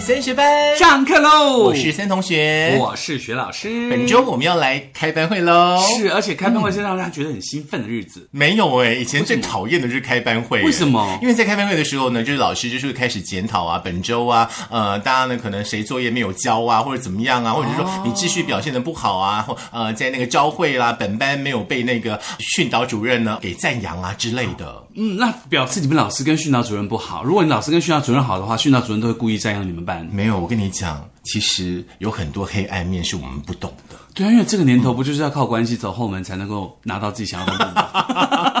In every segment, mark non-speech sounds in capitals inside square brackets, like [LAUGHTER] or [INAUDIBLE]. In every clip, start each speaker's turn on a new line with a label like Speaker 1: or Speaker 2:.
Speaker 1: 三十分，
Speaker 2: [LAUGHS] 上课喽！
Speaker 1: 我是森同学，
Speaker 2: 我是徐老师。
Speaker 1: 本周我们要来开班会喽。
Speaker 2: 是，而且开班会是让大家觉得很兴奋的日子。
Speaker 1: 没有哎、以前最讨厌的就是开班会。
Speaker 2: 为什么
Speaker 1: 因为在开班会的时候呢，就是老师就是会开始检讨啊，本周啊，呃，大家呢可能谁作业没有交啊，或者怎么样啊，或者是说你秩序表现的不好啊，或呃在那个招会啦、本班没有被那个训导主任呢给赞扬啊之类的。
Speaker 2: 嗯，那表示你们老师跟训导主任不好。如果你老师跟训导主任好的话，训导主任都会故意占用你们班。
Speaker 1: 没有，我跟你讲，其实有很多黑暗面是我们不懂的。
Speaker 2: 对啊，因为这个年头不就是要靠关系走后门才能够拿到自己想要的目标？
Speaker 1: [LAUGHS]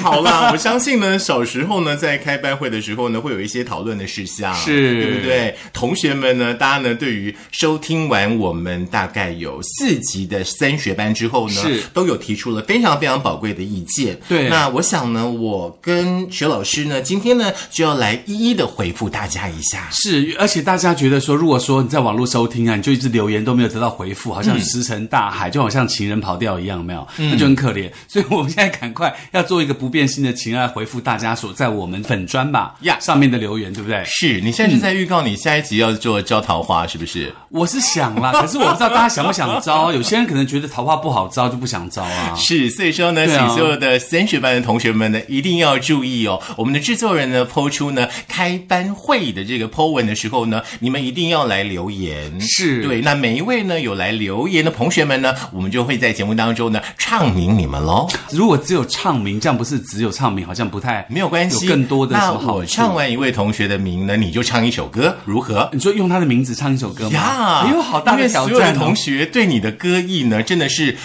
Speaker 1: 好啦，我相信呢，小时候呢，在开班会的时候呢，会有一些讨论的事项，
Speaker 2: 是
Speaker 1: 对不对？同学们呢，大家呢，对于收听完我们大概有四集的三学班之后呢，
Speaker 2: 是
Speaker 1: 都有提出了非常非常宝贵的意见。
Speaker 2: 对
Speaker 1: 那我想呢，我跟徐老师呢，今天呢，就要来一一的回复大家一下。
Speaker 2: [LAUGHS] 是，而且大家觉得说，如果说你在网络收听啊，你就一直留言都没有得到回复，好像石沉大海，就好像情人跑掉一样，有没有？那就很可怜。所以我们现在赶快要做一个不变心的情爱，回复大家所在我们粉砖吧
Speaker 1: 呀
Speaker 2: 上面的留言，对不对？
Speaker 1: 是你现在是
Speaker 2: 嗯
Speaker 1: 在预告你下一集要做招桃花，是不是？
Speaker 2: 我是想
Speaker 1: [LAUGHS]
Speaker 2: 啦，可是我不知道大家想不想招，有些人可能觉得桃花不好招就不想招啊。
Speaker 1: 是，所以说呢，
Speaker 2: 对
Speaker 1: 请
Speaker 2: 啊
Speaker 1: 所有的三学班的同学们呢，一定要注意哦。我们的制作人呢，抛出呢开班会的这个 po 文的时候呢，你们一定要来留言。
Speaker 2: 是
Speaker 1: 对，那每一位呢有来留言的同学们呢，我们就会在节目当中呢唱名你们喽。
Speaker 2: 如果只有唱名，这样不是只有唱名，好像不太
Speaker 1: 没有关系，
Speaker 2: 有更多的什么
Speaker 1: 那
Speaker 2: 好
Speaker 1: 我
Speaker 2: 处
Speaker 1: 唱完一位同学的名呢，你就唱一首歌，如何？
Speaker 2: 你说用他的名字唱一首歌吗？
Speaker 1: 呀，
Speaker 2: 哎呦，好大
Speaker 1: 因
Speaker 2: 的
Speaker 1: 为
Speaker 2: 挑
Speaker 1: 所有的
Speaker 2: 战、
Speaker 1: 同
Speaker 2: 哦！
Speaker 1: 学对你的歌艺呢，真的是，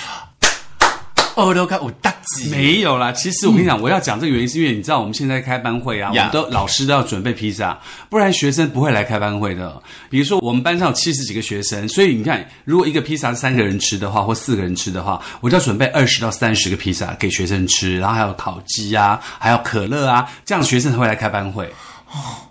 Speaker 1: 哦，都看我大吉。啊
Speaker 2: 没有啦，其实我跟你讲，我要讲这个原因是因为你知道我们现在开班会啊，我
Speaker 1: 呀
Speaker 2: 们都老师都要准备披萨，不然学生不会来开班会的。比如说我们班上有七十几个学生，所以你看，如果一个披萨是三个人吃的话，或四个人吃的话，我就要准备二十到三十个披萨给学生吃，然后还有烤鸡啊，还有可乐啊，这样学生才会来开班会。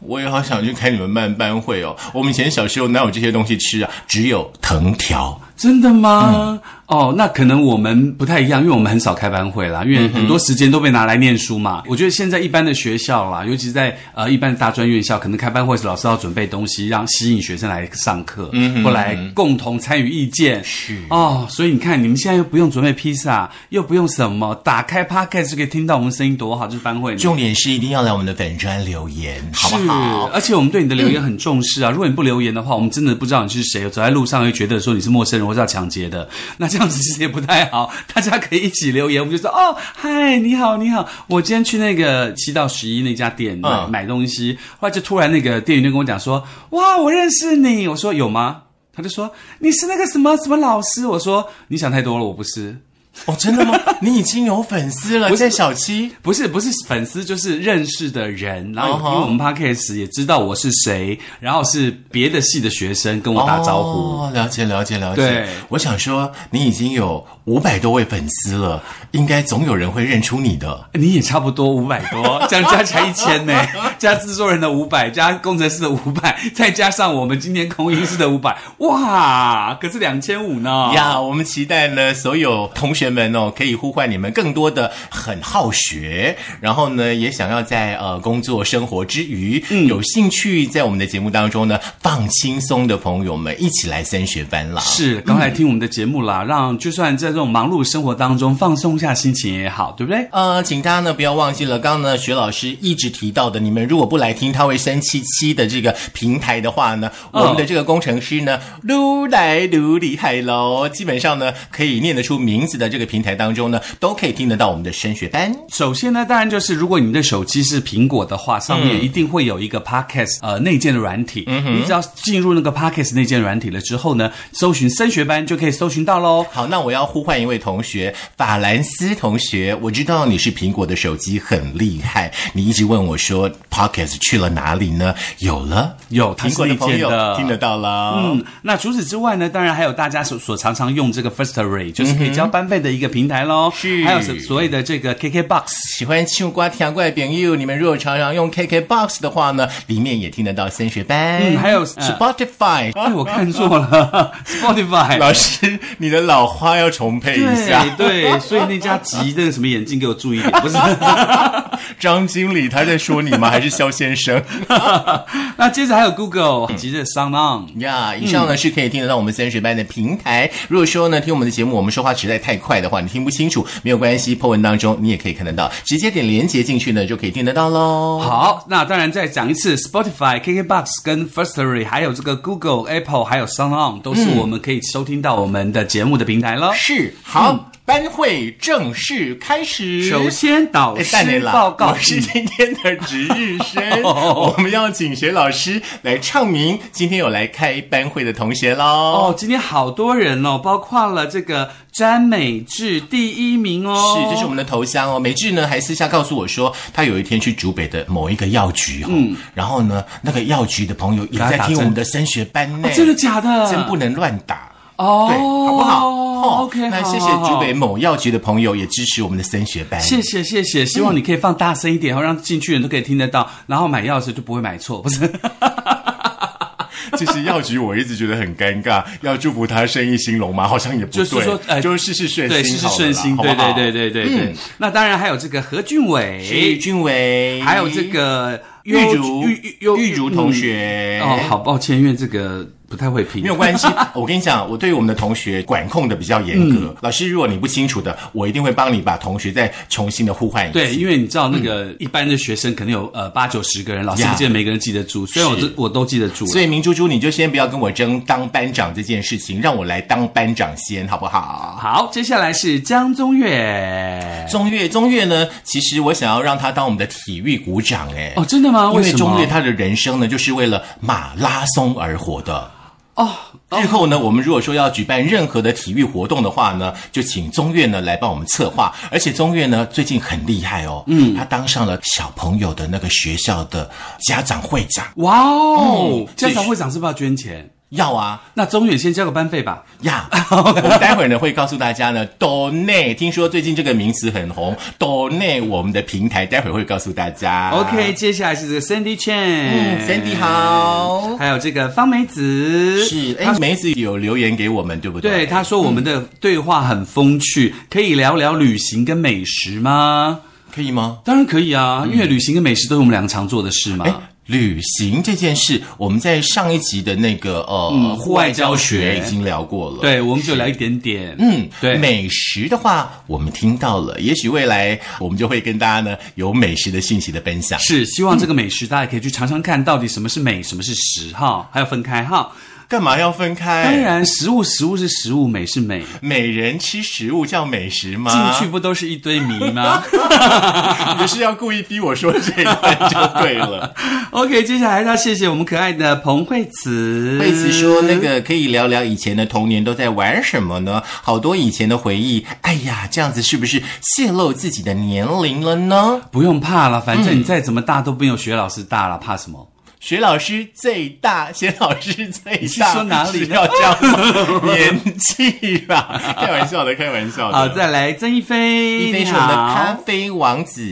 Speaker 1: 我也好想去开你们班班会哦！我们以前小时候哪有这些东西吃啊？只有藤条。
Speaker 2: 真的吗？哦，那可能我们不太一样，因为我们很少开班会啦，因为很多时间都被拿来念书嘛。我觉得现在一般的学校啦，尤其在呃一般的大专院校，可能开班会是老师要准备东西，让吸引学生来上课，或来共同参与意见。
Speaker 1: 是
Speaker 2: 哦，所以你看，你们现在又不用准备披萨，又不用什么，打开 podcast 就可以听到我们声音，多好！就是班会呢。
Speaker 1: 重点是一定要来我们的粉砖留言，好不
Speaker 2: 是
Speaker 1: 好？嗯
Speaker 2: 而且我们对你的留言很重视啊！如果你不留言的话，我们真的不知道你是谁，走在路上会觉得说你是陌生人或是要抢劫的。 [LAUGHS] 那这样子其实也不太好，大家可以一起留言，我们就说哦，嗨，你好，你好，我今天去那个七到十一那家店买、
Speaker 1: 嗯
Speaker 2: 买东西，后来就突然那个店员就跟我讲说，哇，我认识你，我说有吗？他就说你是那个什么什么老师，我说你想太多了，我不是。
Speaker 1: 哦，真
Speaker 2: [LAUGHS]
Speaker 1: 的吗？你已经有粉丝了，
Speaker 2: 不是
Speaker 1: 在小七。
Speaker 2: 不是不是粉丝，就是认识的人，然后
Speaker 1: 哦吼
Speaker 2: 因为我们 podcast 也知道我是谁，然后是别的系的学生跟我打招呼。
Speaker 1: 哦，了解了解了解
Speaker 2: 对。
Speaker 1: 我想说，你已经有五百多位粉丝了，应该总有人会认出你的。
Speaker 2: 你也差不多五百多， [LAUGHS] 这样加起来一
Speaker 1: [LAUGHS]
Speaker 2: 千呢，加制作人的五百，加工程师的五百，再加上我们今天空音师的五百，哇，可是两千五呢！
Speaker 1: 呀我们期待呢，所有同学们哦，可以呼唤你们更多的很好学，然后呢，也想要在呃工作生活之余，有兴趣在我们的节目当中呢放轻松的朋友们，一起来升学班啦。
Speaker 2: 是，刚才听我们的节目啦，让就算在这种忙碌的生活当中放松一下心情也好，对不对？
Speaker 1: 呃，请大家呢不要忘记了，刚刚呢徐老师一直提到的，你们如果不来听他会生气气的这个平台的话呢，
Speaker 2: 嗯
Speaker 1: 我们的这个工程师呢，撸来撸厉害喽，基本上呢可以念得出名字的这个平台当中呢，都可以听得到我们的升学班。
Speaker 2: 首先呢，当然就是如果你的手机是苹果的话，上
Speaker 1: 嗯
Speaker 2: 面一定会有一个 Podcast 呃内建的软体，你只要进入那个 Podcast 内建软体了之后呢，搜寻升学班就可以搜寻到喽。
Speaker 1: 好，那我要呼唤一位同学，法兰斯同学。我知道你是苹果的手机很厉害，你一直问我说 Pocket 去了哪里呢？有了，
Speaker 2: 有它
Speaker 1: 苹
Speaker 2: 是
Speaker 1: 果的
Speaker 2: 内
Speaker 1: 朋
Speaker 2: 建
Speaker 1: 友
Speaker 2: 的，嗯
Speaker 1: 听得到了。
Speaker 2: 嗯，那除此之外呢，当然还有大家所所常常用这个 Firstory，就是可以交班费的一个平台喽，
Speaker 1: 嗯是
Speaker 2: 还有所所谓的这个 KKBox。
Speaker 1: 喜欢唱瓜甜怪饼 you，你们如果常常用 KKBox 的话呢，里面也听得到升学班，
Speaker 2: 嗯还有呃
Speaker 1: Spotify。
Speaker 2: 哎，我看
Speaker 1: [LAUGHS]
Speaker 2: 错了，Spotify。
Speaker 1: 老师，你的老花要重配一下。
Speaker 2: 对对，所以那家急那个什么眼镜给我注意一点，不是。
Speaker 1: 张经理他在说你吗？还是肖先生？
Speaker 2: [LAUGHS] 那接着还有 Google
Speaker 1: 嗯
Speaker 2: 以及这 Sound On。
Speaker 1: 呀以上呢是可以听得到我们三水班的平台。如果说呢听我们的节目，我们说话实在太快的话，你听不清楚，没有关系，po 文当中你也可以看得到，直接点连接进去呢就可以听得到喽。
Speaker 2: 好，那当然再讲一次，Spotify、KKBox 跟 Firstory，还有这个 Google、Apple，还有 Sound On，都是我们可以收听到我们的节目的平台了。
Speaker 1: 是好、班会正式开始。
Speaker 2: 首先，导
Speaker 1: 嗯哎
Speaker 2: 师报告
Speaker 1: 我是今天的值日
Speaker 2: [LAUGHS]
Speaker 1: 生，我们要请学老师来唱名今天有来开班会的同学喽。
Speaker 2: 哦，今天好多人哦，包括了这个詹美智第一名哦，
Speaker 1: 是，这是我们的头香哦。美智呢还私下告诉我说，他有一天去竹北的某一个药局哦，
Speaker 2: 嗯
Speaker 1: 然后呢，那个药局的朋友也在听我们的升学班呢、
Speaker 2: 哦真的假的？
Speaker 1: 真不能乱打。
Speaker 2: 哦，
Speaker 1: 对，好不好？
Speaker 2: 哦？OK，
Speaker 1: 那
Speaker 2: 好
Speaker 1: 谢谢
Speaker 2: 好
Speaker 1: 竹
Speaker 2: 好
Speaker 1: 北某药局的朋友也支持我们的升学班，
Speaker 2: 谢谢谢谢，希望你可以放大声一点，然后让进去人都可以听得到，然后买钥匙就不会买错，不是？
Speaker 1: [LAUGHS] 其实药局我一直觉得很尴尬，要祝福他生意兴隆嘛，好像也不对，
Speaker 2: 就是说呃
Speaker 1: 就是事事顺心，
Speaker 2: 对，事事顺心，对对对。对对对。那当然还有这个何俊
Speaker 1: 徐
Speaker 2: 伟，
Speaker 1: 嗯俊伟，
Speaker 2: 还有这个
Speaker 1: 玉如
Speaker 2: 玉玉
Speaker 1: 玉如同。学
Speaker 2: 嗯哦，好抱歉，因为这个不太会拼
Speaker 1: 没有。关系， [LAUGHS] 我跟你讲，我对我们的同学管控的比较严格。老师，如果你不清楚的，我一定会帮你把同学再重新的互换一次。
Speaker 2: 对，因为你知道那个一般的学生可能有呃八九十个人，老师
Speaker 1: 嗯呀
Speaker 2: 不见得每个人记得住，虽然我
Speaker 1: 是
Speaker 2: 都我都记得住了。
Speaker 1: 所以明珠珠，你就先不要跟我争当班长这件事情，让我来当班长先，好不好？
Speaker 2: 好，接下来是江宗岳。
Speaker 1: 中岳，中岳呢？其实我想要让他当我们的体育股长、诶。哎、
Speaker 2: 哦，真的吗？
Speaker 1: 因为
Speaker 2: 什么
Speaker 1: 中岳？他的人生呢，就是为了马拉松而活的。
Speaker 2: 哦，
Speaker 1: 日后呢，我们如果说要举办任何的体育活动的话呢，就请宗岳呢来帮我们策划。而且宗岳呢最近很厉害哦，嗯，他当上了小朋友的那个学校的家长会长。
Speaker 2: 哇哦
Speaker 1: 嗯！
Speaker 2: 家长会长是不是要捐钱？
Speaker 1: 要
Speaker 2: [LAUGHS]
Speaker 1: 啊
Speaker 2: 那中远先交个班费吧。
Speaker 1: 呀我们待会儿呢会告诉大家呢 d o n a 听说最近这个名词很红 d o n a 我们的平台待会儿会告诉大家。
Speaker 2: OK，接下来是这个 Sandy Chen，
Speaker 1: 嗯，Sandy 好
Speaker 2: 还有这个方梅子，
Speaker 1: 是，哎，梅子有留言给我们，对不
Speaker 2: 对，
Speaker 1: 对？嗯
Speaker 2: 他说我们的对话很风趣，可以聊聊旅行跟美食吗？
Speaker 1: 可以吗？
Speaker 2: 当然可以啊，因为旅行跟美食都是我们两个常做的事嘛。
Speaker 1: 嗯哎，旅行这件事，我们在上一集的那个呃、户外教学已经聊过了。。
Speaker 2: 嗯对，我们就聊一点点。
Speaker 1: 嗯，
Speaker 2: 对
Speaker 1: 美食的话，我们听到了，也许未来我们就会跟大家呢有美食的信息的分享。
Speaker 2: 是，希望这个美
Speaker 1: 嗯
Speaker 2: 食大家可以去尝尝看，到底什么是美，什么是食哈，还有分开哈。
Speaker 1: 干嘛要分开？
Speaker 2: 当，然，食物食物是食物，美是美，
Speaker 1: 每人吃食物叫美食吗？
Speaker 2: 进去不都是一堆迷吗？
Speaker 1: [LAUGHS] 去，你是要故意逼我说这一段就对
Speaker 2: [LAUGHS]
Speaker 1: 了。
Speaker 2: OK，接下来要谢谢我们可爱的彭慧慈。
Speaker 1: 贝茨说，那个可以聊聊以前的童年都在玩什么呢？好多以前的回忆，哎呀，这样子是不是泄露自己的年龄了呢？
Speaker 2: 不用怕了，反正你再怎么大都没有学老师大了，怕什么？
Speaker 1: 学老师最大，学老师最大，
Speaker 2: 你是说哪里呢
Speaker 1: 是要这样吗年纪啦， [LAUGHS]
Speaker 2: [LAUGHS]
Speaker 1: 开玩笑的，开玩笑的。
Speaker 2: 好，再来曾一菲，
Speaker 1: 一
Speaker 2: 你
Speaker 1: 菲是我们的咖
Speaker 2: 好。
Speaker 1: 啡王子。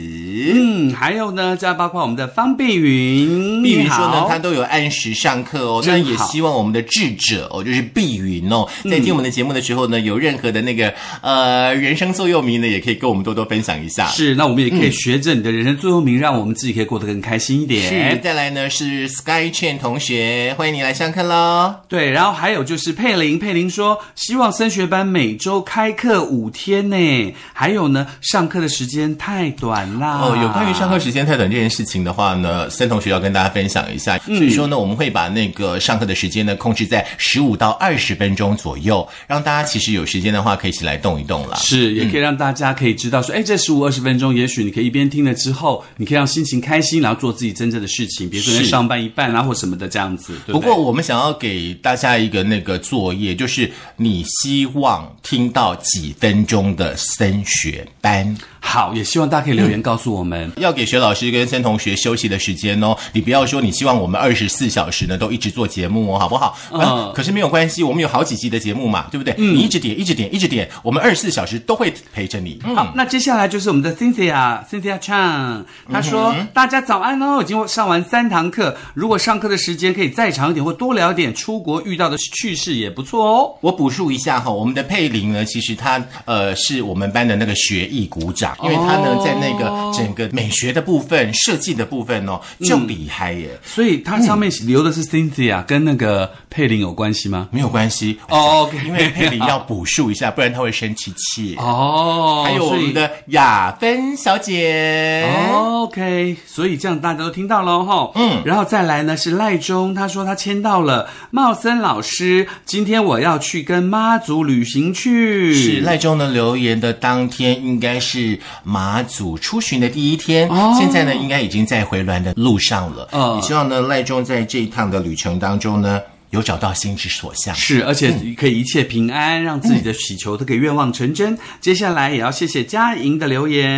Speaker 2: 嗯，还有呢，这包括我们的方碧云，
Speaker 1: 碧云
Speaker 2: 你
Speaker 1: 说呢
Speaker 2: 好，
Speaker 1: 她都有按时上课哦，那
Speaker 2: 真
Speaker 1: 也
Speaker 2: 好嗯
Speaker 1: 希望我们的智者哦，就是碧云哦，在听我们的节目的时候呢，有任何的那个呃人生座右铭呢，也可以跟我们多多分享一下。
Speaker 2: 是，那我们也可
Speaker 1: 嗯
Speaker 2: 以学着你的人生座右铭，让我们自己可以过得更开心一
Speaker 1: 是，
Speaker 2: 点。
Speaker 1: 再来呢是 Sky Chen 同学，欢迎你来上课喽。
Speaker 2: 对，然后还有就是佩玲，佩玲说希望升学班每周开课五天呢，还有呢，上课的时间太短啦。
Speaker 1: 哦，有关于上课时间太短这件事情的话呢，森同学要跟大家分享一下。所以说呢，我们会把那个上课的时间呢控制在十五到二十分钟左右，让大家其实有时间的话可以起来动一动啦。
Speaker 2: 是，也可以让大家可以知道说，哎、这十五二十分钟，也许你可以一边听了之后，你可以让心情开心，然后做自己真正的事情，比如说你在
Speaker 1: 是
Speaker 2: 上上班一半啊，或什么的这样子。对
Speaker 1: 不
Speaker 2: 对
Speaker 1: 过，我们想要给大家一个那个作业，就是你希望听到几分钟的升学班，
Speaker 2: 好，也希望大家可以留言告诉我们。
Speaker 1: 要给薛老师跟森同学休息的时间哦。你不要说你希望我们二十四小时呢都一直做节目哦，好不好？啊可是没有关系，我们有好几集的节目嘛，对不对？你一直点，一直点，一直点，我们二十四小时都会陪着你。嗯，
Speaker 2: 好，那接下来就是我们的 Cynthia Cynthia Chang，她
Speaker 1: 嗯
Speaker 2: 说：“大家早安哦，已经上完三堂课，如果上课的时间可以再长一点，或多聊点出国遇到的趣事也不错哦。
Speaker 1: 我补述一下哈，我们的佩玲呢，其实她呃是我们班的那个学艺股长，因为她呢在那个整个美学的部分、设计的部分哦就厉害耶，”
Speaker 2: 所以它上面留
Speaker 1: 嗯
Speaker 2: 的是 Cynthia，跟那个佩玲有关系吗？
Speaker 1: 没有关系
Speaker 2: 哦，OK
Speaker 1: 因为佩玲要补述一下，不然她会生气气。
Speaker 2: 哦，
Speaker 1: 还有我
Speaker 2: 所以
Speaker 1: 们的雅芬小姐。
Speaker 2: OK，所以这样大家都听到喽哈。
Speaker 1: 嗯
Speaker 2: 然后再来呢是赖中，他说他签到了茂森老师，今天我要去跟妈祖旅行去。
Speaker 1: 是赖中呢留言的当天，应该是马祖出巡的第一天。
Speaker 2: 哦
Speaker 1: 现在呢，应该已经在回銮的路上了。
Speaker 2: 嗯
Speaker 1: 也希望呢赖中在这一趟的旅程当中呢，有找到心之所向。。
Speaker 2: 是，而且可以一切平安，让自己的祈求都可以愿望成真。接下来也要谢谢佳莹的留言，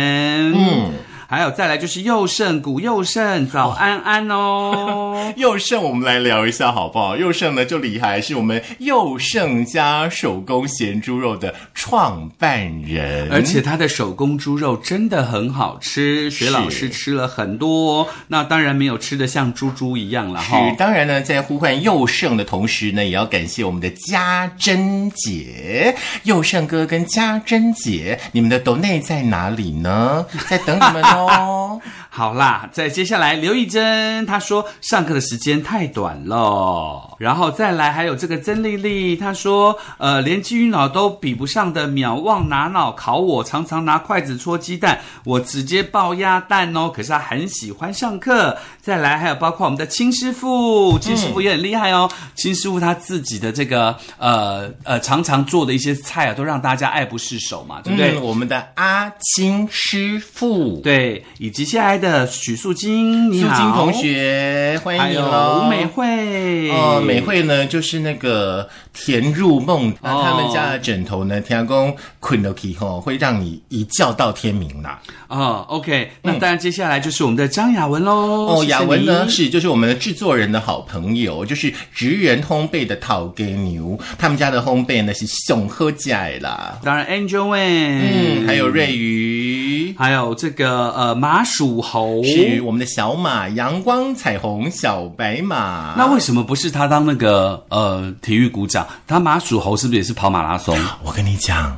Speaker 2: 嗯，还有再来就是佑胜古佑胜，早安安哦
Speaker 1: 佑胜，我们来聊一下好不好？佑胜呢就厉害，是我们佑胜家手工咸猪肉的创办人，
Speaker 2: 而且他的手工猪肉真的很好吃，学老师吃了很多、哦，那当然没有吃的像猪猪一样了哈。
Speaker 1: 是当然呢，在呼唤佑胜的同时呢，也要感谢我们的家珍姐、佑胜哥跟家珍姐，你们的斗内在哪里呢？在等你们哦。
Speaker 2: 好啦，再接下来刘一珍她说上课的时间太短了，然后再来还有这个曾丽丽，她说呃连金鱼脑都比不上的秒忘拿脑考我，常常拿筷子戳鸡蛋，我直接爆鸭蛋哦。可是她很喜欢上课。再来还有包括我们的亲师傅，亲师傅也很厉害哦，亲师傅他自己的这个呃呃常常做的一些菜啊，都让大家爱不释手嘛，对 [LAUGHS] 不对？
Speaker 1: 嗯我们的阿青师傅。
Speaker 2: 对，以及接下来的许素金，你
Speaker 1: 素
Speaker 2: 好，
Speaker 1: 金同学，欢
Speaker 2: 还
Speaker 1: 迎你
Speaker 2: 有
Speaker 1: 喽！
Speaker 2: 吴美惠，
Speaker 1: 哦，美惠呢，就是那个甜入梦，那、
Speaker 2: 哦
Speaker 1: 他们家的枕头呢，天公困了起吼，会让你一觉到天明啦。
Speaker 2: 哦，OK，那当然接下来就是我们的张雅文喽。
Speaker 1: 嗯哦，
Speaker 2: 谢谢
Speaker 1: 雅文呢
Speaker 2: 你
Speaker 1: 是就是我们的制作人的好朋友，就是职人烘焙的陶给牛，他们家的烘焙呢是熊喝假啦。
Speaker 2: 当然 Angel Wen，
Speaker 1: 嗯，还有瑞鱼。
Speaker 2: 还有这个呃麻薯猴，
Speaker 1: 是我们的小马，阳光彩虹小白马。
Speaker 2: 那为什么不是他当那个呃体育股长？他麻薯猴是不是也是跑马拉松？
Speaker 1: 我跟你讲，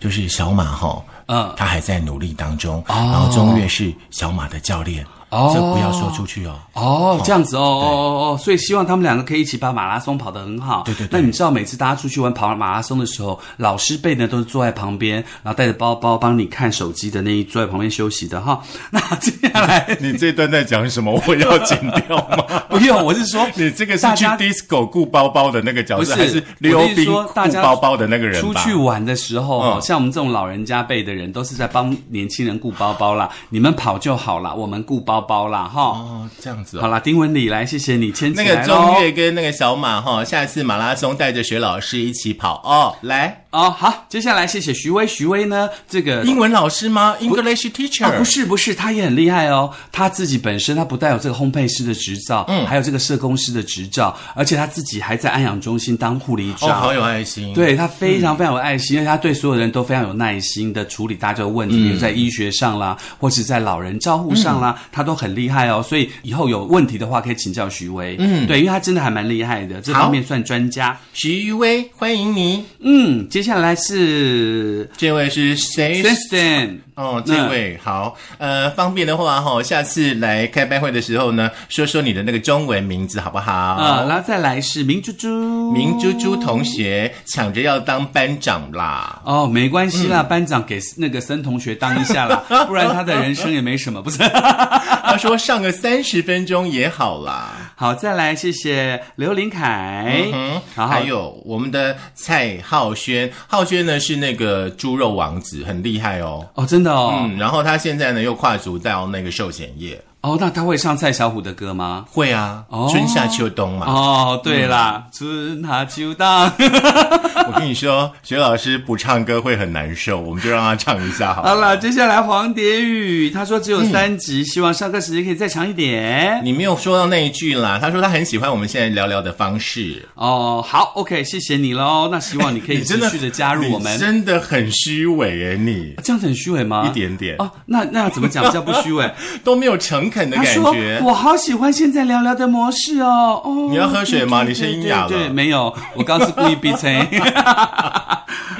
Speaker 1: 就是小马哈，
Speaker 2: 嗯
Speaker 1: 他还在努力当中。然后中岳是小马的教练，
Speaker 2: 哦
Speaker 1: 这不要说出去哦。
Speaker 2: 哦，这样子哦哦哦哦，所以希望他们两个可以一起把马拉松跑得很好。
Speaker 1: 对对对
Speaker 2: 那你知道每次大家出去玩跑马拉松的时候，老师辈呢都是坐在旁边，然后带着包包帮你看手机的那一坐在旁边休息的哈。 [LAUGHS] 那接下
Speaker 1: [LAUGHS]
Speaker 2: 来
Speaker 1: [LAUGHS] 你这段在讲什么？我要剪掉吗？
Speaker 2: [LAUGHS] 不用，我是说
Speaker 1: 你这个是
Speaker 2: 大
Speaker 1: 去
Speaker 2: 家
Speaker 1: disco 雇包包的那个角
Speaker 2: 不
Speaker 1: 色，
Speaker 2: 是
Speaker 1: 还是溜
Speaker 2: 我的意思
Speaker 1: 冰
Speaker 2: 说
Speaker 1: 雇
Speaker 2: 大家
Speaker 1: 包包的那个人
Speaker 2: 出
Speaker 1: 吧？
Speaker 2: 去玩的时候哦，
Speaker 1: 嗯
Speaker 2: 像我们这种老人家辈的人，都是在帮年轻人顾包包啦。你们跑就好啦，我们顾包包啦哈。
Speaker 1: 哦，这样子
Speaker 2: 好
Speaker 1: 哦。
Speaker 2: 啦，丁文礼来，谢谢你牵起
Speaker 1: 那
Speaker 2: 来
Speaker 1: 个
Speaker 2: 咯
Speaker 1: 中岳跟那个小马哈，下次马拉松带着学老师一起跑哦。来，
Speaker 2: 哦，好，接下来谢谢徐威，徐威呢这个
Speaker 1: 英文老师吗？English teacher？
Speaker 2: 哎啊，不是不是，他也很厉害哦。他自己本身他不但有这个烘焙师的执照，嗯，还有这个社工师的执照，而且他自己还在安养中心当护理
Speaker 1: 哦，
Speaker 2: 长。
Speaker 1: 好有爱心。。
Speaker 2: 对他非常非常有爱心，而且他对所有人都非常有耐心的处理大家的
Speaker 1: 嗯
Speaker 2: 问题，比如在医学上啦，或是在老人照护上
Speaker 1: 嗯
Speaker 2: 啦，他都很厉害哦。所以以后有问题的话，可以请教徐威。嗯，对，因为他真的还蛮厉害的，这
Speaker 1: 好
Speaker 2: 方面算专家。
Speaker 1: 徐威，欢迎你。
Speaker 2: 嗯，接下来是
Speaker 1: 这位是谁？
Speaker 2: Stan，
Speaker 1: 哦，这
Speaker 2: 那
Speaker 1: 位好，呃，方便的话哈、下次来开班会的时候呢，说说你的那个中文名字好不好？
Speaker 2: 啊，然后再来是明珠珠，
Speaker 1: 明珠珠同学抢着要当班长啦。
Speaker 2: 哦，没关系
Speaker 1: 嗯
Speaker 2: 啦，班长给那个森同学当一下
Speaker 1: [LAUGHS]
Speaker 2: 啦，不然他的人生也没什么，不是？ [LAUGHS]
Speaker 1: 他说上个三十分钟也好啦。
Speaker 2: 好，再来，谢谢刘林凯，
Speaker 1: 嗯，
Speaker 2: 然后
Speaker 1: 还有我们的蔡浩轩，浩轩呢是那个猪肉王子，很厉害哦。
Speaker 2: 哦，真的哦，
Speaker 1: 嗯，然后他现在呢又跨足到那个寿险业，
Speaker 2: 哦，那他会唱蔡小虎的歌吗？
Speaker 1: 会啊，春夏秋冬嘛。
Speaker 2: 哦，对啦，
Speaker 1: 嗯
Speaker 2: 春夏秋冬， [LAUGHS]
Speaker 1: 我跟你说，学老师不唱歌会很难受，我们就让他唱一下好
Speaker 2: 好 [LAUGHS]
Speaker 1: 了。
Speaker 2: 了，接下来黄蝶雨，他说只有三集，希望上课时间可以再长一点。
Speaker 1: 嗯你没有说到那一句啦，他说他很喜欢我们现在聊聊的方式。
Speaker 2: 哦，好，OK，谢谢你喽。那希望你可
Speaker 1: [LAUGHS]
Speaker 2: 以
Speaker 1: 你
Speaker 2: 持
Speaker 1: 真的
Speaker 2: 续的加入我们哦
Speaker 1: 你，真的很虚伪哎，你
Speaker 2: 这样子很虚伪吗？
Speaker 1: 一点点
Speaker 2: 哦，那那要怎么讲比较不虚伪？
Speaker 1: 都没有诚恳的
Speaker 2: 他
Speaker 1: 感
Speaker 2: 说
Speaker 1: 觉：“。
Speaker 2: 我好喜欢现在聊聊的模式哦。”哦，
Speaker 1: 你要喝水吗
Speaker 2: 对
Speaker 1: 你声音哑了
Speaker 2: 对对对对没有，我刚是故意逼
Speaker 1: [LAUGHS]
Speaker 2: 吹。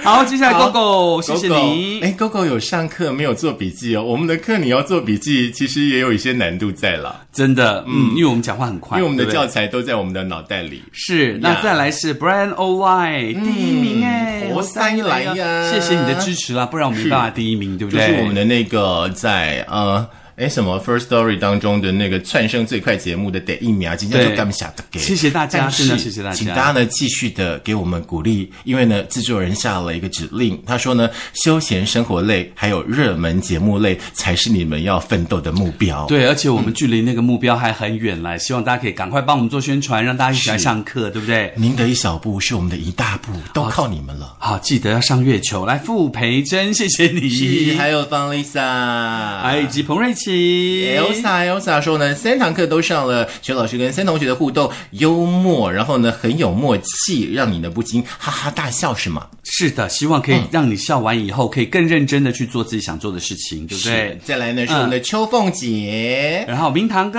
Speaker 2: 好，接下来
Speaker 1: 好
Speaker 2: GoGo，谢谢你。
Speaker 1: 哎，狗狗有上课没有做笔记哦？我们的课你要做笔记，其实也有一些难度在了，
Speaker 2: 真的，嗯，因为我们讲话很
Speaker 1: 因
Speaker 2: 快，
Speaker 1: 为我们
Speaker 2: 对
Speaker 1: 的
Speaker 2: 不
Speaker 1: 教
Speaker 2: 对
Speaker 1: 材都在我们的脑袋里。
Speaker 2: 是，那
Speaker 1: 呀嗯
Speaker 2: 再来是 Brian O'Ly 第一名哎，
Speaker 1: 活塞来呀
Speaker 2: 谢谢你的支持啦，不然我们没办法第一名，对不
Speaker 1: 就
Speaker 2: 对？
Speaker 1: 是我们的那个在呃。哎，什么 First Story 当中的那个窜升最快节目的第一名，今天
Speaker 2: 对
Speaker 1: 就感想的给，
Speaker 2: 谢谢大家
Speaker 1: 但是
Speaker 2: 真的谢谢大家
Speaker 1: 请大家呢继续的给我们鼓励，因为呢制作人下了一个指令，他说呢休闲生活类还有热门节目类才是你们要奋斗的目标。，
Speaker 2: 对，而且我们距离那个目标还很远来，希望大家可以赶快帮我们做宣传，让大家一起来上课，对不对？
Speaker 1: 您的一小步是我们的一大步，都靠你们了。
Speaker 2: 好，记得要上月球来傅培珍，谢谢你，
Speaker 1: 还有方 Lisa，
Speaker 2: 还有以及彭瑞琪
Speaker 1: Elsa Elsa 说呢，三堂课都上了全老师跟三同学的互动，幽默，然后呢很有默契，让你呢不禁哈哈大笑是吗？
Speaker 2: 是的，希望可以让你笑完以后，可以更认真的去做自己想做的事情，对不嗯对
Speaker 1: 是？再来呢是我们的秋凤姐。
Speaker 2: 然后明堂哥、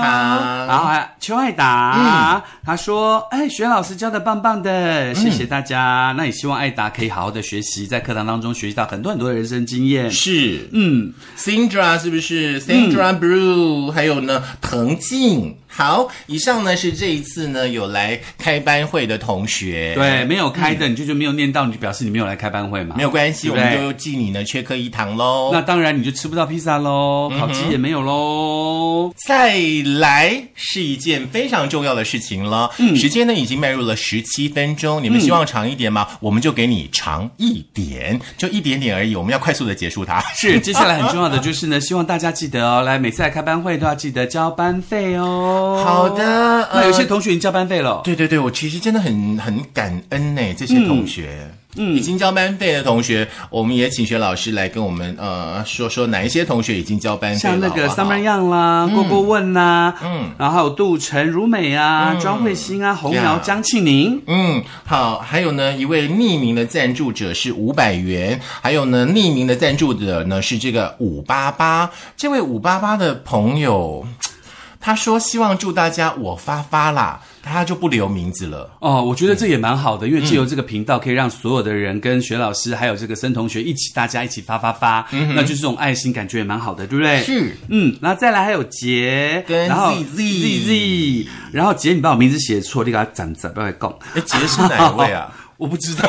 Speaker 1: 堂嗯
Speaker 2: 然后还有邱爱达，他说：“哎，学老师教的棒棒
Speaker 1: 嗯
Speaker 2: 的，谢谢大家。那也希望爱达可以好好的学习，在课堂当中学习到很多很多的人生经验。
Speaker 1: 是，嗯，Sandra 是不是？Sandra
Speaker 2: 嗯
Speaker 1: Blue，、还有呢，彭静。好，以上呢是这一次呢有来开班会的同学，，
Speaker 2: 对，没有开的，你就就没有念到，你就表示你没有来开班会
Speaker 1: 嗯
Speaker 2: 嘛？
Speaker 1: 没有关系，
Speaker 2: 对
Speaker 1: 我
Speaker 2: 不对
Speaker 1: 们就记你呢缺课一堂喽。
Speaker 2: 那当然你就吃不到披萨喽，
Speaker 1: 嗯
Speaker 2: 烤鸡也没有喽。
Speaker 1: 再来是一件非常重要的事情了。
Speaker 2: 嗯
Speaker 1: 时间呢已经迈入了十七分钟，你们希望长一点吗？
Speaker 2: 嗯
Speaker 1: 我们就给你长一点，就一点点而已。我们要快速的结束它。
Speaker 2: 是，接下来很重要的就是呢，希望大家记得哦，来每次来开班会都要记得交班费哦。
Speaker 1: 好的呃
Speaker 2: 那有些同学已经交班费了。
Speaker 1: 对对对，我其实真的很很感恩呢，这些同学。嗯，已经交班费的同学，我们也请学老师来跟我们呃说说哪一些同学已经交班费了，
Speaker 2: 像那个
Speaker 1: 好不好
Speaker 2: Summer Yang 啦、郭郭问啦，嗯，然后还有杜晨、如美啊、
Speaker 1: 嗯
Speaker 2: 庄慧欣啊、洪苗、
Speaker 1: Yeah
Speaker 2: 张庆宁。
Speaker 1: 嗯，好，还有呢，一位匿名的赞助者是五百元，还有呢，匿名的赞助者呢是这个五八八，这位五八八的朋友，他说希望祝大家我发发啦，他就不留名字
Speaker 2: [LAUGHS]
Speaker 1: 了。
Speaker 2: 哦，我觉得这也蛮好的，因为借由这个频道，可以让所有的人跟学老师还有这个森同学一起，大家一起发发发，那就是这种爱心，感觉也蛮好的，对不对？
Speaker 1: 是，
Speaker 2: 嗯，然后再来还有杰，
Speaker 1: 跟
Speaker 2: 然后
Speaker 1: ZZ
Speaker 2: Z Z，然后杰，你把我名字写错，你给他攒攒，不要来讲。
Speaker 1: 哎，杰是哪一位啊？
Speaker 2: 我不知 [LAUGHS] 道，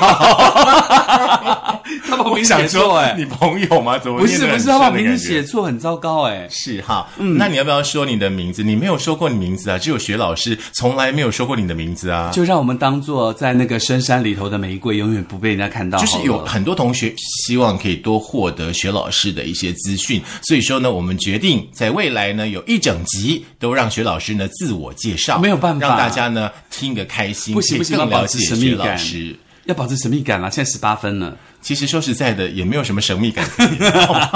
Speaker 2: 他把我名字写错，
Speaker 1: [LAUGHS]
Speaker 2: 哎，
Speaker 1: 你朋友吗？怎么
Speaker 2: 不是
Speaker 1: 哎念得
Speaker 2: 哎不
Speaker 1: 很
Speaker 2: 是，他把
Speaker 1: 顺的
Speaker 2: 名字
Speaker 1: 感
Speaker 2: 写
Speaker 1: 觉
Speaker 2: 错，很糟糕，哎。
Speaker 1: 是哈？那你要不要说你的名字？你没有说过你名字啊，只有学老师从来没有说过你的名字啊。
Speaker 2: 就让我们当做在那个深山里头的玫瑰，永远不被人家看啊到好
Speaker 1: 就
Speaker 2: 了。
Speaker 1: 是有很多同学希望可以多获得学老师的一些资讯，所以说呢，我们决定在未来呢有一整集都让学老师呢自我介绍，
Speaker 2: 没有办法
Speaker 1: 让大家呢听个开心，
Speaker 2: 不行
Speaker 1: 可
Speaker 2: 不
Speaker 1: 以
Speaker 2: 行，要
Speaker 1: 更
Speaker 2: 保
Speaker 1: 了
Speaker 2: 持
Speaker 1: 解
Speaker 2: 神
Speaker 1: 学
Speaker 2: 秘
Speaker 1: 老
Speaker 2: 感
Speaker 1: 师。，
Speaker 2: 要保持神秘感啦。啊现在十八分了。
Speaker 1: 其实说实在的，也没有什么神秘感。 [LAUGHS]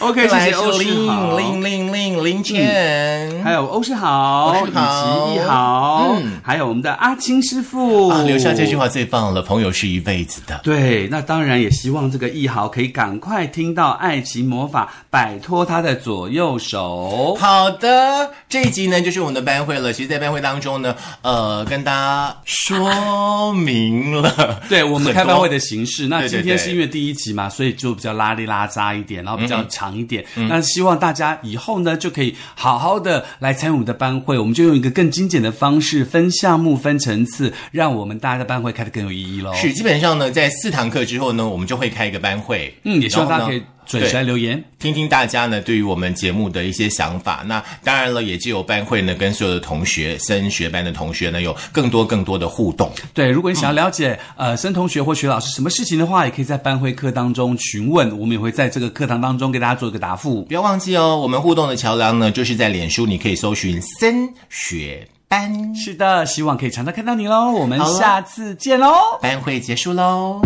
Speaker 2: OK，谢
Speaker 1: 来
Speaker 2: 谢
Speaker 1: 是
Speaker 2: 欧嗯世
Speaker 1: 林
Speaker 2: 豪，
Speaker 1: 林林林林倩。
Speaker 2: 还有欧世豪，
Speaker 1: 欧
Speaker 2: 以
Speaker 1: 世豪嗯
Speaker 2: 及一豪，还有我们的阿青师傅
Speaker 1: 啊，留下这句。话最棒了，朋友是一辈子的。
Speaker 2: 对，那当然也希望这个一豪可以赶快听到爱情魔法，摆脱他的左右手。
Speaker 1: 好的，这一集呢就是我们的班会了。其实，在班会当中呢，呃，跟大家说明了
Speaker 2: [LAUGHS] ，对我们
Speaker 1: 很多
Speaker 2: 开班会的形式，那
Speaker 1: 对对
Speaker 2: 今天
Speaker 1: 对
Speaker 2: 是因为第一集嘛，所以就比较拉里拉扎一点，然后比较
Speaker 1: 嗯
Speaker 2: 长一点。那希望大家以后呢，就可以好好的来参与我们的班会，我们就用一个更精简的方式，分项目、分层次，让我们大家的班会开得更有意义喽。
Speaker 1: 是，基本上呢，在四堂课之后呢，我们就会开一个班会。
Speaker 2: 嗯也希望大家可以
Speaker 1: 然后呢
Speaker 2: 准时来留言。
Speaker 1: 听听大家呢对于我们节目的一些想法。那当然了，也就有班会呢跟所有的同学、升学班的同学呢有更多更多的互动。
Speaker 2: 对，如果你想要了解、呃申同学或徐老师什么事情的话，也可以在班会课当中询问，我们也会在这个课堂当中给大家做一个答复。
Speaker 1: 不要忘记哦，我们互动的桥梁呢就是在脸书，你可以搜寻“升学班
Speaker 2: 是的，希望可以常常看到你喽，我们
Speaker 1: 好了
Speaker 2: 下次见喽。
Speaker 1: 班会”结束喽。